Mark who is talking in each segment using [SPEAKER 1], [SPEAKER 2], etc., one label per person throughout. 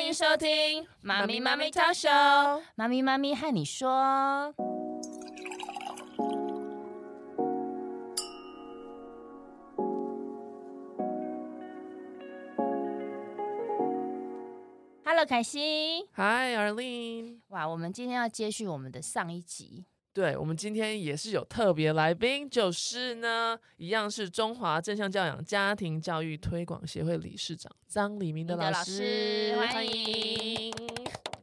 [SPEAKER 1] 迎收听《妈咪妈咪超秀》，
[SPEAKER 2] 妈咪妈咪和你说，Hello，凯西。
[SPEAKER 1] 嗨，Arlene，
[SPEAKER 2] 哇，我们今天要接续我们的上一集，
[SPEAKER 1] 对我们今天也是有特别来宾，就是呢，一样是中华正向教养家庭教育推广协会理事长张李明的
[SPEAKER 2] 明德
[SPEAKER 1] 老
[SPEAKER 2] 老
[SPEAKER 1] 师，
[SPEAKER 2] 师
[SPEAKER 1] 欢
[SPEAKER 2] 欢
[SPEAKER 1] 迎
[SPEAKER 2] 迎。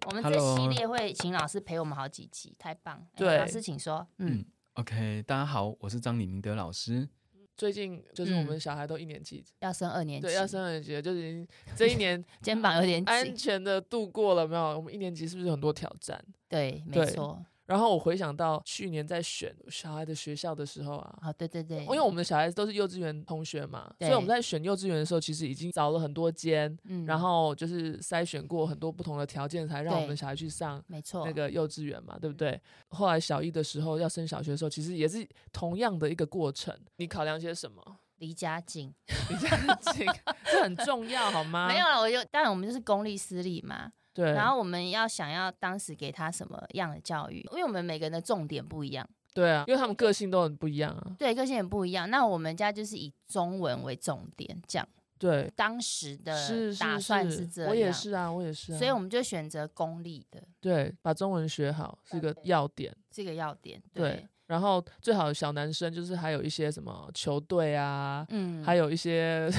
[SPEAKER 2] 我们这
[SPEAKER 3] Hello
[SPEAKER 2] 系列会请老师陪我们好几集，太棒！哎
[SPEAKER 1] 对
[SPEAKER 2] 老师请说。嗯，
[SPEAKER 3] 嗯 OK，大家好，我是张李明德老师。
[SPEAKER 1] 最近就是我们
[SPEAKER 2] 嗯
[SPEAKER 1] 小孩都一年级，
[SPEAKER 2] 要升二年级，
[SPEAKER 1] 对，要升二嗯年级了，就是已经这 一年
[SPEAKER 2] 肩膀有点
[SPEAKER 1] 安
[SPEAKER 2] 紧，
[SPEAKER 1] 全的度过了没有？我们一年级是不是有很多挑战？
[SPEAKER 2] 对，没
[SPEAKER 1] 对
[SPEAKER 2] 错。
[SPEAKER 1] 然后我回想到去年在选小孩的学校的时候啊，
[SPEAKER 2] 哦，对对对，
[SPEAKER 1] 因为我们的小孩子都是幼稚园同学嘛，所以
[SPEAKER 2] 对
[SPEAKER 1] 我们在选幼稚园的时候，其实已经找了很多间，
[SPEAKER 2] 嗯
[SPEAKER 1] 然后就是筛选过很多不同的条件，才让我
[SPEAKER 2] 对
[SPEAKER 1] 们的小孩去上
[SPEAKER 2] 没错，嗯
[SPEAKER 1] 那个幼稚园嘛，对不对？后来小一的时候要升小学的时候，其实也是同样的一个过程。你考量些什么？
[SPEAKER 2] 离家近。
[SPEAKER 1] 你这样子 这很重要好吗？
[SPEAKER 2] 没有，了，我就当然我们就是公立私立嘛，
[SPEAKER 1] 啊对，
[SPEAKER 2] 然后我们要想要当时给他什么样的教育，因为我们每个人的重点不一样，
[SPEAKER 1] 对啊，因为他们个性都很不一样啊。
[SPEAKER 2] 对，个性也不一样。那我们家就是以中文为重点，这样
[SPEAKER 1] 对，
[SPEAKER 2] 当时的
[SPEAKER 1] 是是
[SPEAKER 2] 打算
[SPEAKER 1] 是
[SPEAKER 2] 这样，
[SPEAKER 1] 我也是啊，我也是啊。
[SPEAKER 2] 所以我们就选择公立的
[SPEAKER 1] 对把中文学好是个
[SPEAKER 2] 对
[SPEAKER 1] 要点。
[SPEAKER 2] 这个要点，
[SPEAKER 1] 对，，然后最好小男生就是还有一些什么球队啊，
[SPEAKER 2] 嗯，
[SPEAKER 1] 还有一些、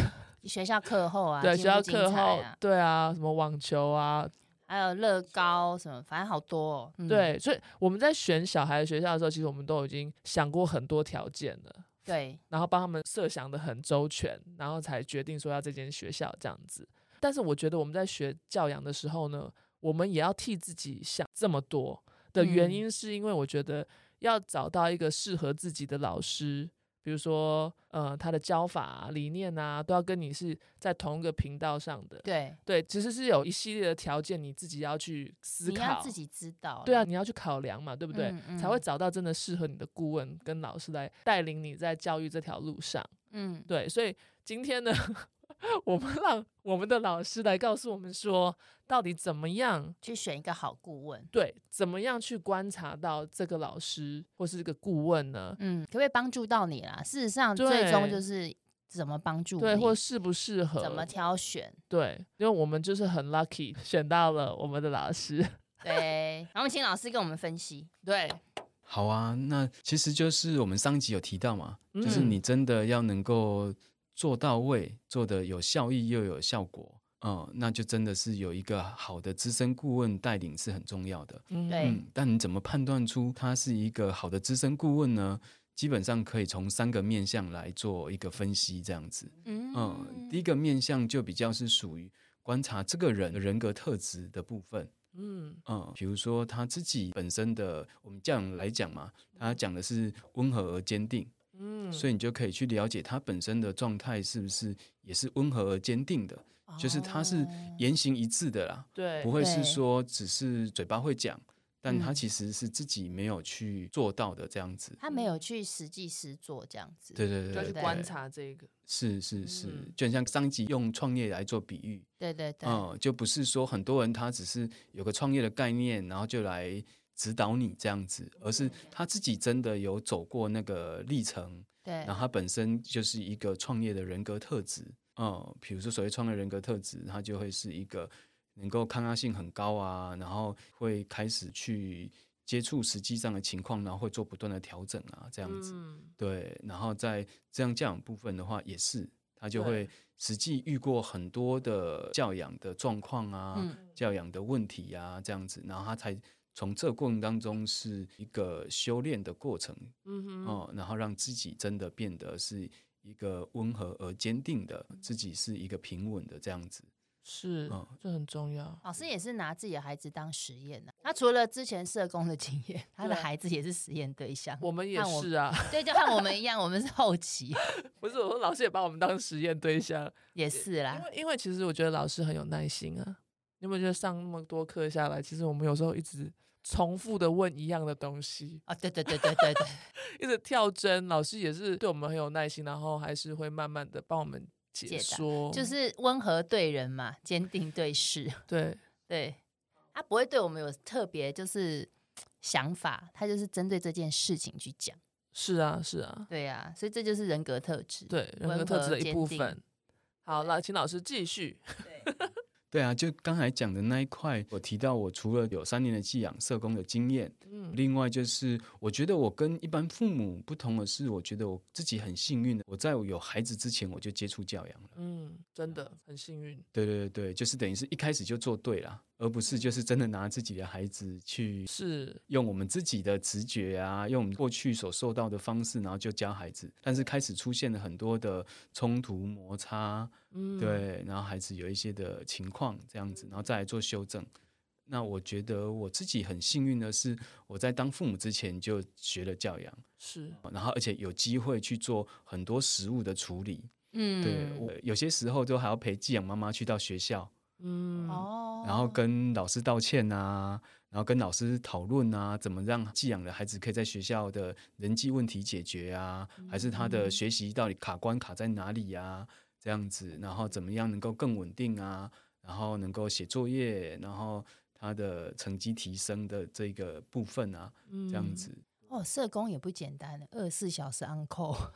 [SPEAKER 2] 学校课后啊，
[SPEAKER 1] 对学
[SPEAKER 2] 精
[SPEAKER 1] 校
[SPEAKER 2] 不精
[SPEAKER 1] 课
[SPEAKER 2] 彩
[SPEAKER 1] 后，
[SPEAKER 2] 啊，
[SPEAKER 1] 对啊，什么网球啊，
[SPEAKER 2] 还有乐高什么，反正好多、哦，嗯、
[SPEAKER 1] 对，所以我们在选小孩的学校的时候，其实我们都已经想过很多条件了。
[SPEAKER 2] 对，
[SPEAKER 1] 然后帮他们设想的很周全，然后才决定说要这间学校这样子。但是我觉得我们在学教养的时候呢，我们也要替自己想这么多的
[SPEAKER 2] 嗯
[SPEAKER 1] 原因，是因为我觉得要找到一个适合自己的老师，比如说呃他的教法啊、理念啊，都要跟你是在同一个频道上的。
[SPEAKER 2] 对，
[SPEAKER 1] 对，其实是有一系列的条件，你自己要去思
[SPEAKER 2] 你要
[SPEAKER 1] 考
[SPEAKER 2] 自。己知道，
[SPEAKER 1] 对啊，，你要去考量嘛，对不对？
[SPEAKER 2] 嗯嗯
[SPEAKER 1] 才会找到真的适合你的顾问跟老师来带领你在教育这条路上。
[SPEAKER 2] 嗯，
[SPEAKER 1] 对，所以今天呢， 我们让我们的老师来告诉我们说，到底怎么样。
[SPEAKER 2] 去选一个好顾问。
[SPEAKER 1] 对，怎么样去观察到这个老师或是这个顾问呢？
[SPEAKER 2] 嗯，可不可以帮助到你啦？事实上，
[SPEAKER 1] 对
[SPEAKER 2] 最终就是怎么帮助你，
[SPEAKER 1] 对，或适不适合？
[SPEAKER 2] 怎么挑选。
[SPEAKER 1] 对，因为我们就是很 lucky 选到了我们的老 师。
[SPEAKER 2] 对， 然后我们请老师跟我们分析。
[SPEAKER 1] 对，
[SPEAKER 3] 好啊，那其实就是我们上一集有提到嘛，
[SPEAKER 1] 嗯
[SPEAKER 3] 就是你真的要能够做到位，做的有效益又有效果，嗯，那就真的是有一个好的资深顾问带领是很重要的。
[SPEAKER 1] 嗯
[SPEAKER 2] 对
[SPEAKER 3] 嗯，但你怎么判断出他是一个好的资深顾问呢？基本上可以从三个面向来做一个分析，这样子。
[SPEAKER 2] 嗯
[SPEAKER 3] 嗯，第一个面向就比较是属于观察这个人的人格特质的部分。
[SPEAKER 1] 嗯
[SPEAKER 3] 嗯，比如说他自己本身的，我们这样来讲嘛，他讲的是温和而坚定，
[SPEAKER 1] 嗯，
[SPEAKER 3] 所以你就可以去了解他本身的状态是不是也是温和而坚定的，就是他
[SPEAKER 2] 哦
[SPEAKER 3] 是言行一致的啦，
[SPEAKER 1] 对，
[SPEAKER 3] 不会
[SPEAKER 2] 对
[SPEAKER 3] 是说只是嘴巴会讲，但他
[SPEAKER 2] 嗯
[SPEAKER 3] 其实是自己没有去做到的这样子。
[SPEAKER 2] 他没有去实际实做这样子。
[SPEAKER 3] 对对对
[SPEAKER 1] 就要去
[SPEAKER 3] 对，
[SPEAKER 1] 观察这个。
[SPEAKER 3] 是是是
[SPEAKER 1] 嗯，
[SPEAKER 3] 就很像上一集用创业来做比喻，
[SPEAKER 2] 对对对，
[SPEAKER 3] 嗯，就不是说很多人他只是有个创业的概念，然后就来指导你这样子，而
[SPEAKER 2] 嗯
[SPEAKER 3] 是他自己真的有走过那个历程，
[SPEAKER 2] 对
[SPEAKER 3] 然后他本身就是一个创业的人格特质。嗯，比如说所谓创业人格特质，他就会是一个能够抗压性很高啊，然后会开始去接触实际上的情况，然后会做不断的调整啊，这样子。
[SPEAKER 1] 嗯
[SPEAKER 3] 对，然后在这样教养部分的话，也是他就
[SPEAKER 1] 对
[SPEAKER 3] 会实际遇过很多的教养的状况啊、
[SPEAKER 2] 嗯
[SPEAKER 3] 教养的问题啊这样子，然后他才从这过程当中是一个修炼的过程
[SPEAKER 1] 嗯哼，
[SPEAKER 3] 哦、然后让自己真的变得是一个温和而坚定的，自己是一个平稳的这样子。
[SPEAKER 1] 是
[SPEAKER 3] 嗯，
[SPEAKER 1] 这很重要。
[SPEAKER 2] 老师也是拿自己的孩子当实验的、他除了之前社工的经验，他的
[SPEAKER 1] 对
[SPEAKER 2] 孩子也是实验对象。
[SPEAKER 1] 我们也
[SPEAKER 2] 看我
[SPEAKER 1] 是啊，
[SPEAKER 2] 对，就和我们一样，我们是后期，
[SPEAKER 1] 不是我说老师也把我们当实验对象。
[SPEAKER 2] 也是啦
[SPEAKER 1] 因。为因为其实我觉得老师很有耐心啊。你有没有觉得上那么多课下来，其实我们有时候一直重复的问一样的东西，
[SPEAKER 2] 哦，对对对对对对，
[SPEAKER 1] 一直跳针，老师也是对我们很有耐心，然后还是会慢慢的帮我们解
[SPEAKER 2] 解答
[SPEAKER 1] 说，
[SPEAKER 2] 就是温和对人嘛，坚定对事。
[SPEAKER 1] 对。
[SPEAKER 2] 对，他不会对我们有特别就是想法，他就是针对这件事情去讲。
[SPEAKER 1] 是啊，是啊，
[SPEAKER 2] 对啊，所以这就是人格特质。
[SPEAKER 1] 对人格
[SPEAKER 2] 温
[SPEAKER 1] 特质
[SPEAKER 2] 和
[SPEAKER 1] 的一
[SPEAKER 2] 坚
[SPEAKER 1] 部
[SPEAKER 2] 定
[SPEAKER 1] 分。好了，请老师继续。
[SPEAKER 3] 对啊，就刚才讲的那一块，我提到我除了有三年的寄养社工的经验，
[SPEAKER 1] 嗯
[SPEAKER 3] 另外就是我觉得我跟一般父母不同的是，我觉得我自己很幸运的，我在我有孩子之前我就接触教养了。
[SPEAKER 1] 嗯，真的很幸运。
[SPEAKER 3] 对对对，就是等于是一开始就做对啦，而不是就是真的拿自己的孩子去
[SPEAKER 1] 是
[SPEAKER 3] 用我们自己的直觉啊，用我们过去所受到的方式，然后就教孩子。但是开始出现了很多的冲突摩擦，
[SPEAKER 1] 嗯，
[SPEAKER 3] 对，然后孩子有一些的情况这样子，然后再来做修正。那我觉得我自己很幸运的是，我在当父母之前就学了教养，
[SPEAKER 1] 是
[SPEAKER 3] 然后而且有机会去做很多食物的处理。
[SPEAKER 2] 嗯，
[SPEAKER 3] 对，我有些时候都还要陪寄养妈妈去到学校，
[SPEAKER 1] 嗯
[SPEAKER 2] 哦，
[SPEAKER 3] 然后跟老师道歉啊，然后跟老师讨论啊，怎么让寄养的孩子可以在学校的人际问题解决啊，还是他的学习到底卡关卡在哪里啊？这样子，然后怎么样能够更稳定啊？然后能够写作业，然后他的成绩提升的这个部分啊，
[SPEAKER 1] 嗯
[SPEAKER 3] 这样子。
[SPEAKER 2] 哦，社工也不简单，二十四小时 uncle。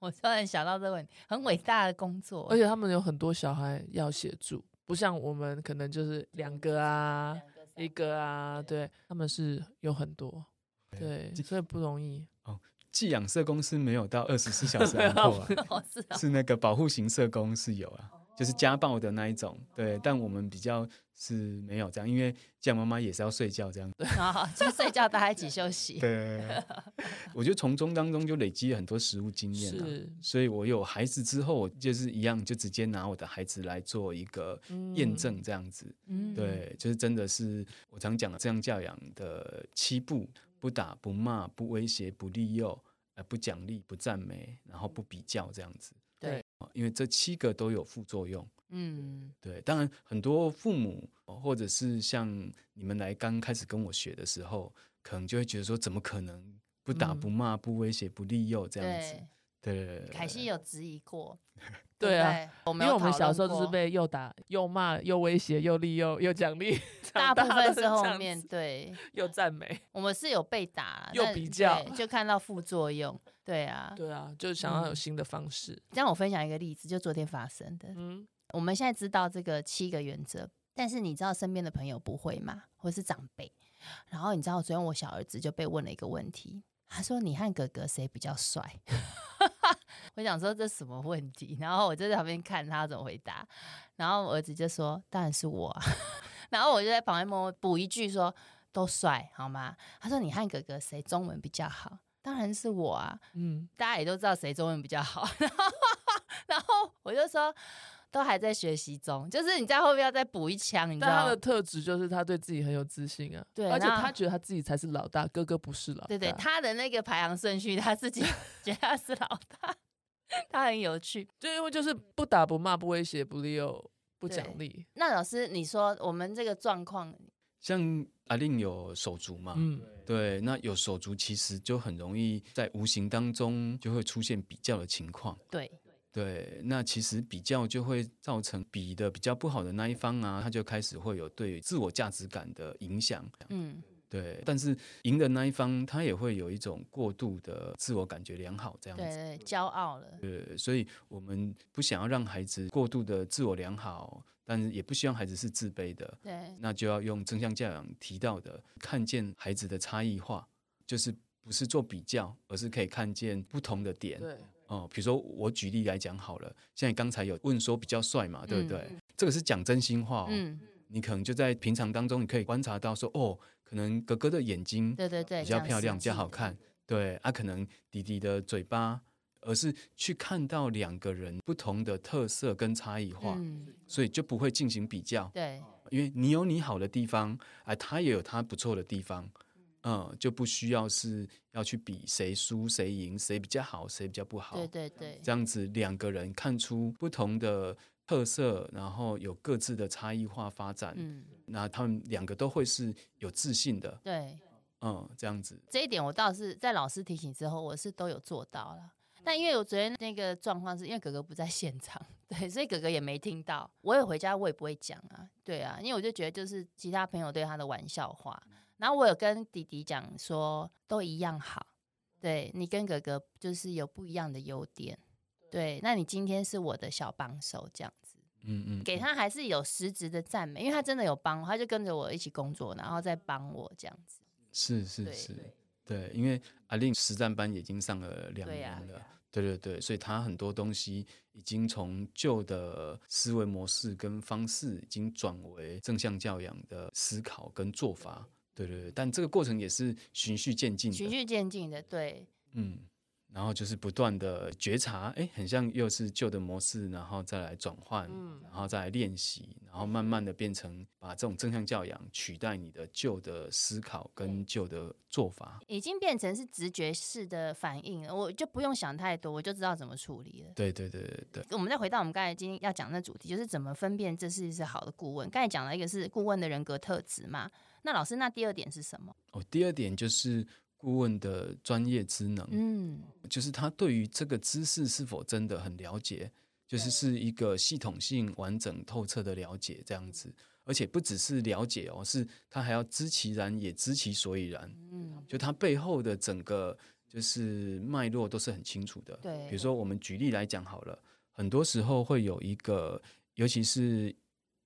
[SPEAKER 2] 我突然想到这个问题，很伟大的工作，
[SPEAKER 1] 而且他们有很多小孩要协助，不像我们可能
[SPEAKER 2] 嗯
[SPEAKER 1] 就是两个啊，一个啊，对，他们是有很多，对，所以不容易。
[SPEAKER 3] 寄养社工是没有到二十 四小时
[SPEAKER 1] 没有
[SPEAKER 3] on call 啊，
[SPEAKER 2] 哦是啊
[SPEAKER 3] 是那个保护型社工是有啊，就是家暴的那一种，对，但我们比较是没有这样，因为这样妈妈也是要睡觉这样，对，
[SPEAKER 2] 啊，就睡觉，大家一起休息。
[SPEAKER 3] 我就从中当中就累积了很多实务经验啊，
[SPEAKER 1] 是
[SPEAKER 3] 所以我有孩子之后，我就是一样就直接拿我的孩子来做一个验证这样子，
[SPEAKER 2] 嗯，
[SPEAKER 3] 对，就是真的是我常讲的这样教养的七步：不打、不骂、不威胁、不利诱、呃、不奖励、不赞美，然后不比较这样子。
[SPEAKER 2] 对
[SPEAKER 3] 哦，因为这七个都有副作用。
[SPEAKER 2] 嗯，
[SPEAKER 3] 对，当然很多父母哦或者是像你们来刚开始跟我学的时候，可能就会觉得说，怎么可能不打、
[SPEAKER 1] 嗯
[SPEAKER 3] 不骂、不威胁、不利诱这样子
[SPEAKER 2] 对？，
[SPEAKER 3] 对，
[SPEAKER 2] 凯西有质疑过，
[SPEAKER 1] 对啊，
[SPEAKER 2] 不对，我
[SPEAKER 1] 因
[SPEAKER 2] 们
[SPEAKER 1] 为
[SPEAKER 2] 有
[SPEAKER 1] 我们
[SPEAKER 2] 讨
[SPEAKER 1] 小
[SPEAKER 2] 论
[SPEAKER 1] 时候就是
[SPEAKER 2] 过
[SPEAKER 1] 被又打又骂又威胁又利诱又 奖励，
[SPEAKER 2] 大
[SPEAKER 1] 长
[SPEAKER 2] 部
[SPEAKER 1] 大
[SPEAKER 2] 分
[SPEAKER 1] 都
[SPEAKER 2] 是后
[SPEAKER 1] 这样
[SPEAKER 2] 面
[SPEAKER 1] 子
[SPEAKER 2] 对，
[SPEAKER 1] 又赞 美，
[SPEAKER 2] 我们是有被打啦，
[SPEAKER 1] 又
[SPEAKER 2] 但
[SPEAKER 1] 比较
[SPEAKER 2] 对就看到副作用。对啊，
[SPEAKER 1] 对啊，就想要有
[SPEAKER 2] 嗯
[SPEAKER 1] 新的方式。
[SPEAKER 2] 让我分享一个例子，就昨天发生的。
[SPEAKER 1] 嗯，
[SPEAKER 2] 我们现在知道这个七个原则，但是你知道身边的朋友不会吗？或是长辈？然后你知道昨天我小儿子就被问了一个问题，他说：“你和哥哥谁比较帅？” 我想说这什么问题，然后我就在旁边看他怎么回答，然后我儿子就说：“当然是我、啊。” 然后我就在旁边默默补一句说：“都帅好吗？”他说：“你和哥哥谁中文比较好？”当然是我啊。
[SPEAKER 1] 嗯，
[SPEAKER 2] 大家也都知道谁中文比较好， 然后然后我就说都还在学习中，就是你在后面要再补一枪，你知
[SPEAKER 1] 但他
[SPEAKER 2] 道
[SPEAKER 1] 的
[SPEAKER 2] 吗？
[SPEAKER 1] 特质就是他对自己很有自信啊，
[SPEAKER 2] 对
[SPEAKER 1] 而且
[SPEAKER 2] 那
[SPEAKER 1] 他觉得他自己才是老大，哥哥不是老大，
[SPEAKER 2] 对对，他的那个排行顺序他自己 觉得他是老大，他很有趣。
[SPEAKER 1] 就因为就是不打不骂不威胁不利诱不
[SPEAKER 2] 对
[SPEAKER 1] 奖励，
[SPEAKER 2] 那老师，你说我们这个状况，
[SPEAKER 3] 像阿令有手足嘛，
[SPEAKER 1] 嗯，
[SPEAKER 3] 对，那有手足其实就很容易在无形当中就会出现比较的情况。
[SPEAKER 2] 对
[SPEAKER 3] 对，那其实比较就会造成比的比较不好的那一方啊，他就开始会有对自我价值感的影响。
[SPEAKER 2] 嗯，
[SPEAKER 3] 对，但是赢的那一方他也会有一种过度的自我感觉良好这样
[SPEAKER 2] 对
[SPEAKER 3] 子。
[SPEAKER 2] 对，骄傲了，
[SPEAKER 3] 对，所以我们不想要让孩子过度的自我良好，但是也不希望孩子是自卑的。
[SPEAKER 2] 对
[SPEAKER 3] 那就要用正向教养提到的，看见孩子的差异化，就是不是做比较，而是可以看见不同的点。
[SPEAKER 1] 对，
[SPEAKER 3] 哦，比如说我举例来讲好了，像你刚才有问说比较帅嘛，对不对？
[SPEAKER 2] 嗯
[SPEAKER 3] 这个是讲真心话、哦，
[SPEAKER 2] 嗯，
[SPEAKER 3] 你可能就在平常当中，你可以观察到说，哦，可能哥哥的眼睛
[SPEAKER 2] 对对对，
[SPEAKER 3] 比较
[SPEAKER 2] 这样
[SPEAKER 3] 漂亮，
[SPEAKER 2] 实
[SPEAKER 3] 比较
[SPEAKER 2] 际
[SPEAKER 3] 好
[SPEAKER 2] 的，
[SPEAKER 3] 看，对啊，可能弟弟的嘴巴，而是去看到两个人不同的特色跟差异化，
[SPEAKER 2] 嗯，
[SPEAKER 3] 所以就不会进行比较。
[SPEAKER 2] 对
[SPEAKER 3] 因为你有你好的地方，啊，他也有他不错的地方，嗯，就不需要是要去比谁输谁赢，谁比较好，谁比较不好
[SPEAKER 2] 对，对对
[SPEAKER 3] 这，样子两个人看出不同的特色，然后有各自的差异化发展，
[SPEAKER 2] 嗯，
[SPEAKER 3] 那他们两个都会是有自信的，
[SPEAKER 2] 对。
[SPEAKER 3] 嗯，这样子，
[SPEAKER 2] 这一点我倒是在老师提醒之后，我是都有做到了。但因为我昨天那个状况是因为哥哥不在现场，对， 对，所以哥哥也没听到。我也回家，我也不会讲啊，对啊，因为我就觉得就是其他朋友对他的玩笑话。然后我有跟弟弟讲说，都一样好，对你跟哥哥就是有不一样的优点，对，那你今天是我的小帮手这样子。
[SPEAKER 3] 嗯嗯，
[SPEAKER 2] 给他还是有实质的赞美，因为他真的有帮我，他就跟着我一起工作，然后再帮我这样子。
[SPEAKER 3] 是是
[SPEAKER 2] 对
[SPEAKER 3] 是，对，因为阿令实战班已经上了两
[SPEAKER 2] 对
[SPEAKER 3] 年
[SPEAKER 2] 呀
[SPEAKER 3] 了，对对对，所以他很多东西已经从旧的思维模式跟方式，已经转为正向教养的思考跟做法。对对对，但这个过程也是循序渐进
[SPEAKER 2] 循
[SPEAKER 3] 的，
[SPEAKER 2] 序渐进的，对，
[SPEAKER 3] 嗯，然后就是不断的觉察，哎，很像又是旧的模式，然后再来转换，
[SPEAKER 1] 嗯
[SPEAKER 3] 然后再来练习，然后慢慢的变成把这种正向教养取代你的旧的思考跟旧的做法。
[SPEAKER 2] 已经变成是直觉式的反应了，我就不用想太多，我就知道怎么处理了。
[SPEAKER 3] 对对对对对，
[SPEAKER 2] 我们再回到我们刚才今天要讲的主题，就是怎么分辨这是一是好的顾问。刚才讲了一个是顾问的人格特质嘛，那老师，那第二点是什么？
[SPEAKER 3] 哦，第二点就是顾问的专业职能，
[SPEAKER 2] 嗯，
[SPEAKER 3] 就是他对于这个知识是否真的很了解，就是是一个系统性、完整、透彻的了解这样子，而且不只是了解哦，是他还要知其然，也知其所以然，
[SPEAKER 2] 嗯，
[SPEAKER 3] 就他背后的整个就是脉络都是很清楚的。
[SPEAKER 2] 对
[SPEAKER 3] 比
[SPEAKER 1] 嗯
[SPEAKER 3] 如说我们举例来讲好了，很多时候会有一个，尤其是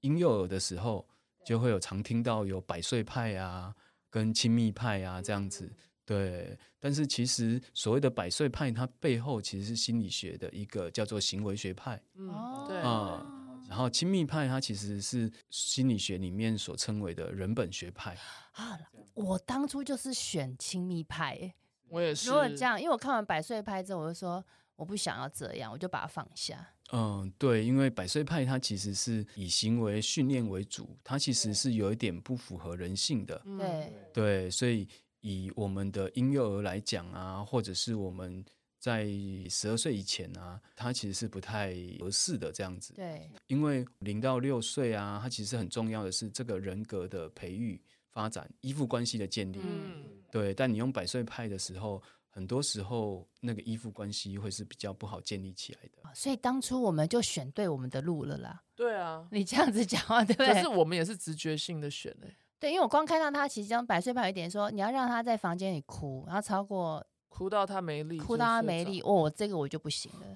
[SPEAKER 3] 婴幼儿的时候，就会有常听到有百岁派啊，跟亲密派啊这样子。对，但是其实所谓的百岁派，它背后其实是心理学的一个叫做行为学派，
[SPEAKER 1] 嗯，
[SPEAKER 2] 哦，
[SPEAKER 1] 对，
[SPEAKER 3] 嗯然后亲密派它其实是心理学里面所称为的人本学派。
[SPEAKER 2] 啊，我当初就是选亲密派、欸
[SPEAKER 1] 我也是。
[SPEAKER 2] 如果这样，因为我看完百岁派之后，我就说我不想要这样，我就把它放下。
[SPEAKER 3] 嗯，对，因为百岁派它其实是以行为训练为主，它其实是有一点不符合人性的。
[SPEAKER 1] 嗯，
[SPEAKER 2] 对，
[SPEAKER 3] 对，所以以我们的婴幼儿来讲啊，或者是我们在十二岁以前啊，它其实是不太合适的这样子。
[SPEAKER 2] 对，
[SPEAKER 3] 因为零到六岁啊，它其实很重要的是这个人格的培育、发展、依附关系的建立。
[SPEAKER 1] 嗯，
[SPEAKER 3] 对，但你用百岁派的时候，很多时候那个依附关系会是比较不好建立起来的。
[SPEAKER 2] 啊所以当初我们就选对我们的路了啦。
[SPEAKER 1] 对 啊。
[SPEAKER 2] 你这样子讲话，对不
[SPEAKER 1] 可是
[SPEAKER 2] 对？
[SPEAKER 1] 我们也是直觉性的选欸诶，
[SPEAKER 2] 对，因为我光看到他，其中百岁派有一点说，你要让他在房间里哭，然后超过
[SPEAKER 1] 哭到他没力，
[SPEAKER 2] 哭到他没力，。哦，我这个我就不行了。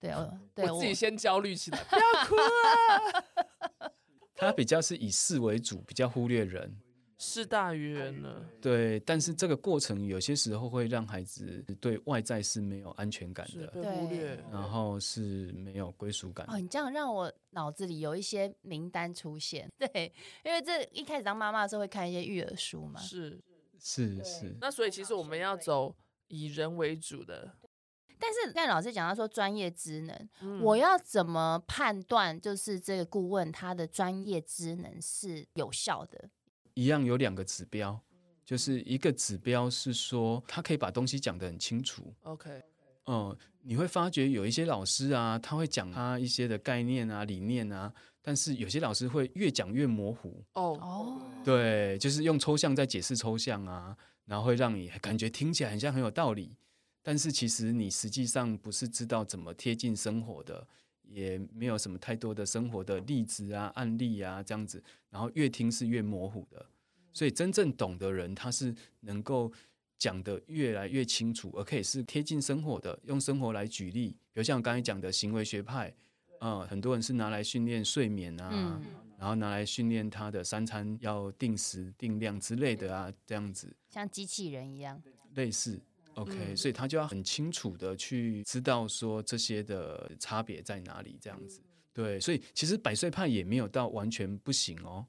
[SPEAKER 2] 对，我对
[SPEAKER 1] 我自己先焦 虑起来，
[SPEAKER 3] 他比较是以事为主，比较忽略人。
[SPEAKER 1] 事大于人了。
[SPEAKER 3] 对，但是这个过程有些时候会让孩子对外在是没有安全感
[SPEAKER 1] 是被
[SPEAKER 3] 的，
[SPEAKER 1] 忽
[SPEAKER 2] 对
[SPEAKER 1] 略，
[SPEAKER 3] 然后是没有归属感的。
[SPEAKER 2] 哦，你这样让我脑子里有一些名单出现。 对，因为这一开始当妈妈的时候会看一些育儿书嘛。
[SPEAKER 1] 是。
[SPEAKER 3] 是是，
[SPEAKER 1] 那所以其实我们要走以人为主的。
[SPEAKER 2] 但是刚才老师讲到说专业职能，
[SPEAKER 1] 嗯
[SPEAKER 2] 我要怎么判断，就是这个顾问他的专业职能是有效的？
[SPEAKER 3] 一样有两个指标，就是一个指标是说他可以把东西讲得很清楚，
[SPEAKER 1] OK，
[SPEAKER 3] 嗯，你会发觉有一些老师啊，他会讲他一些的概念啊、理念啊，但是有些老师会越讲越模糊，
[SPEAKER 1] 哦，
[SPEAKER 2] 哦，
[SPEAKER 3] 对，就是用抽象在解释抽象啊，然后会让你感觉听起来很像很有道理，但是其实你实际上不是知道怎么贴近生活的，也没有什么太多的生活的例子啊、案例啊这样子，然后越听是越模糊的。所以真正懂的人，他是能够讲得越来越清楚，而可以是贴近生活的，用生活来举例，比如像我刚才讲的行为学派，嗯，很多人是拿来训练睡眠啊。
[SPEAKER 2] 嗯，
[SPEAKER 3] 然后拿来训练他的三餐要定时定量之类的啊，这样子
[SPEAKER 2] 像机器人一样，
[SPEAKER 3] 类似。OK，、
[SPEAKER 1] 嗯
[SPEAKER 3] 所以他就要很清楚的去知道说这些的差别在哪里，这样子。对，所以其实百岁派也没有到完全不行哦，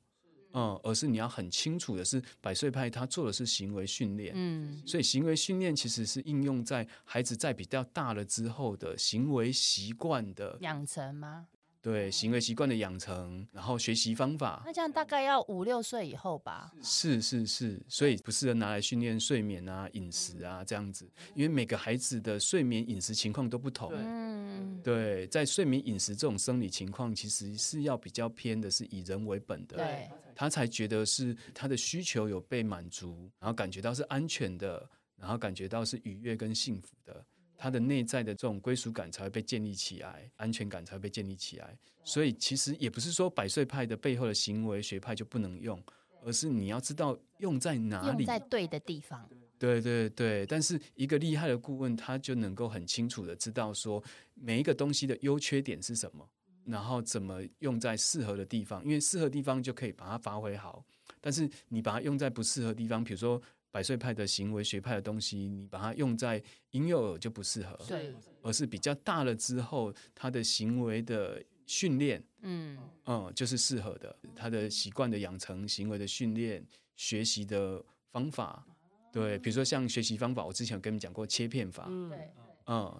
[SPEAKER 3] 嗯，而是你要很清楚的是，百岁派他做的是行为训练，
[SPEAKER 2] 嗯，
[SPEAKER 3] 所以行为训练其实是应用在孩子在比较大了之后的行为习惯的，
[SPEAKER 2] 养成吗？
[SPEAKER 3] 对行为习惯的养成，然后学习方法。
[SPEAKER 2] 那这样大概要五六岁以后吧。
[SPEAKER 3] 是是是，所以不是拿来训练睡眠啊、饮食啊这样子，因为每个孩子的睡眠、饮食情况都不同
[SPEAKER 1] 对。
[SPEAKER 2] 嗯，
[SPEAKER 3] 对，在睡眠、饮食这种生理情况，其实是要比较偏的是以人为本的，
[SPEAKER 2] 对，
[SPEAKER 3] 他才觉得是他的需求有被满足，然后感觉到是安全的，然后感觉到是愉悦跟幸福的。他的内在的这种归属感才会被建立起来，安全感才会被建立起来。所以其实也不是说百岁派的背后的行为学派就不能用，而是你要知道用在哪
[SPEAKER 2] 用
[SPEAKER 3] 里。
[SPEAKER 2] 在对的地方，
[SPEAKER 3] 对对对，但是一个厉害的顾问，他就能够很清楚的知道说每一个东西的优缺点是什么，然后怎么用在适合的地方，因为适合的地方就可以把它发挥好。但是你把它用在不适合的地方，比如说百岁派的行为学派的东西，你把它用在婴幼儿就不适合，
[SPEAKER 2] 对，
[SPEAKER 3] 而是比较大了之后，他的行为的训练，
[SPEAKER 2] 嗯，
[SPEAKER 3] 嗯，就是适合的，他的习惯的养成、行为的训练、学习的方法，对，比如说像学习方法，我之前有跟你们讲过切片法，嗯
[SPEAKER 2] 对，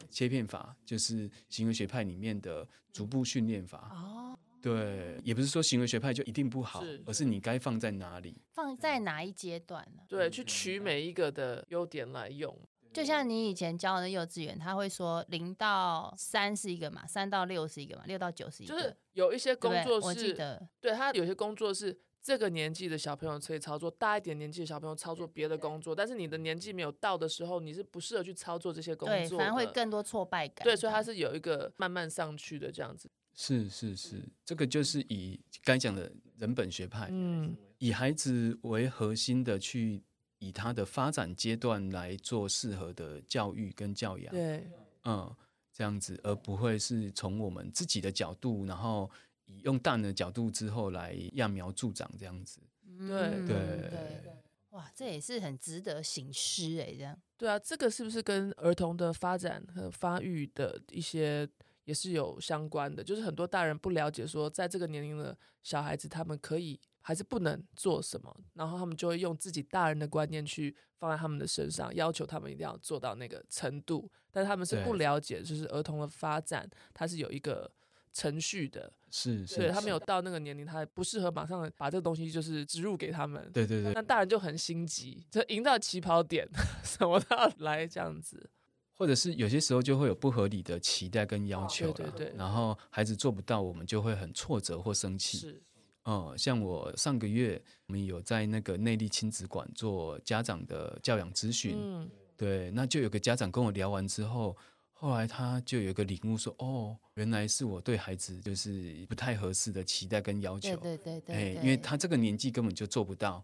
[SPEAKER 3] 切片法就是行为学派里面的逐步训练法，
[SPEAKER 2] 哦，
[SPEAKER 3] 对，也不是说行为学派就一定不好，
[SPEAKER 1] 是
[SPEAKER 3] 而是你该放在哪里，
[SPEAKER 2] 放在哪一阶段呢？
[SPEAKER 1] 对，去取每一个的优点来用。
[SPEAKER 2] 就像
[SPEAKER 1] 嗯
[SPEAKER 2] 你以前教的幼稚园，他会说零到三是一个嘛，三到六是一个嘛，六到九是一个，
[SPEAKER 1] 就是有一些工
[SPEAKER 2] 对不对
[SPEAKER 1] 作
[SPEAKER 2] 我记
[SPEAKER 1] 是，
[SPEAKER 2] 得
[SPEAKER 1] 对他有些工作是这个年纪的小朋友可以操作，大一点年纪的小朋友操作别的工作，但是你的年纪没有到的时候，你是不适合去操作这些工
[SPEAKER 2] 对，
[SPEAKER 1] 作
[SPEAKER 2] 反而会
[SPEAKER 1] 的
[SPEAKER 2] 更多挫败感。
[SPEAKER 1] 对，所以它是有一个慢慢上去的这样子。
[SPEAKER 3] 是是是，这个就是以该讲的人本学派，
[SPEAKER 1] 嗯，
[SPEAKER 3] 以孩子为核心的去以他的发展阶段来做适合的教育跟教养，
[SPEAKER 1] 对，
[SPEAKER 3] 嗯，这样子，而不会是从我们自己的角度，然后以用大人的角度之后来揠苗助长这样子。
[SPEAKER 2] 嗯
[SPEAKER 1] 对
[SPEAKER 3] 对
[SPEAKER 2] 哇，这也是很值得醒思哎，这样
[SPEAKER 1] 对啊，这个是不是跟儿童的发展和发育的一些也是有相关的？就是很多大人不了解说，在这个年龄的小孩子，他们可以还是不能做什么，然后他们就会用自己大人的观念去放在他们的身上，要求他们一定要做到那个程度，但他们是不
[SPEAKER 3] 对
[SPEAKER 1] 了解，就是儿童的发展它是有一个程序的，
[SPEAKER 3] 是，
[SPEAKER 1] 所以
[SPEAKER 3] 是，
[SPEAKER 1] 他们
[SPEAKER 3] 是
[SPEAKER 1] 有到那个年龄，他不适合马上把这个东西就是植入给他们。
[SPEAKER 3] 对对对，
[SPEAKER 1] 那大人就很心急，就赢到起跑点， 什么都要来这样子。
[SPEAKER 3] 或者是有些时候就会有不合理的期待跟要求啦，
[SPEAKER 1] 对对对
[SPEAKER 3] 然后孩子做不到，我们就会很挫折或生气。
[SPEAKER 1] 是，
[SPEAKER 3] 哦、像我上个月，我们有在那个内力亲子馆做家长的教养咨询，
[SPEAKER 1] 嗯，
[SPEAKER 3] 对，那就有个家长跟我聊完之后，后来他就有一个领悟说，哦，原来是我对孩子就是不太合适的期待跟要求
[SPEAKER 2] 对，对对对
[SPEAKER 3] 哎
[SPEAKER 2] 对，
[SPEAKER 3] 因为他这个年纪根本就做不到，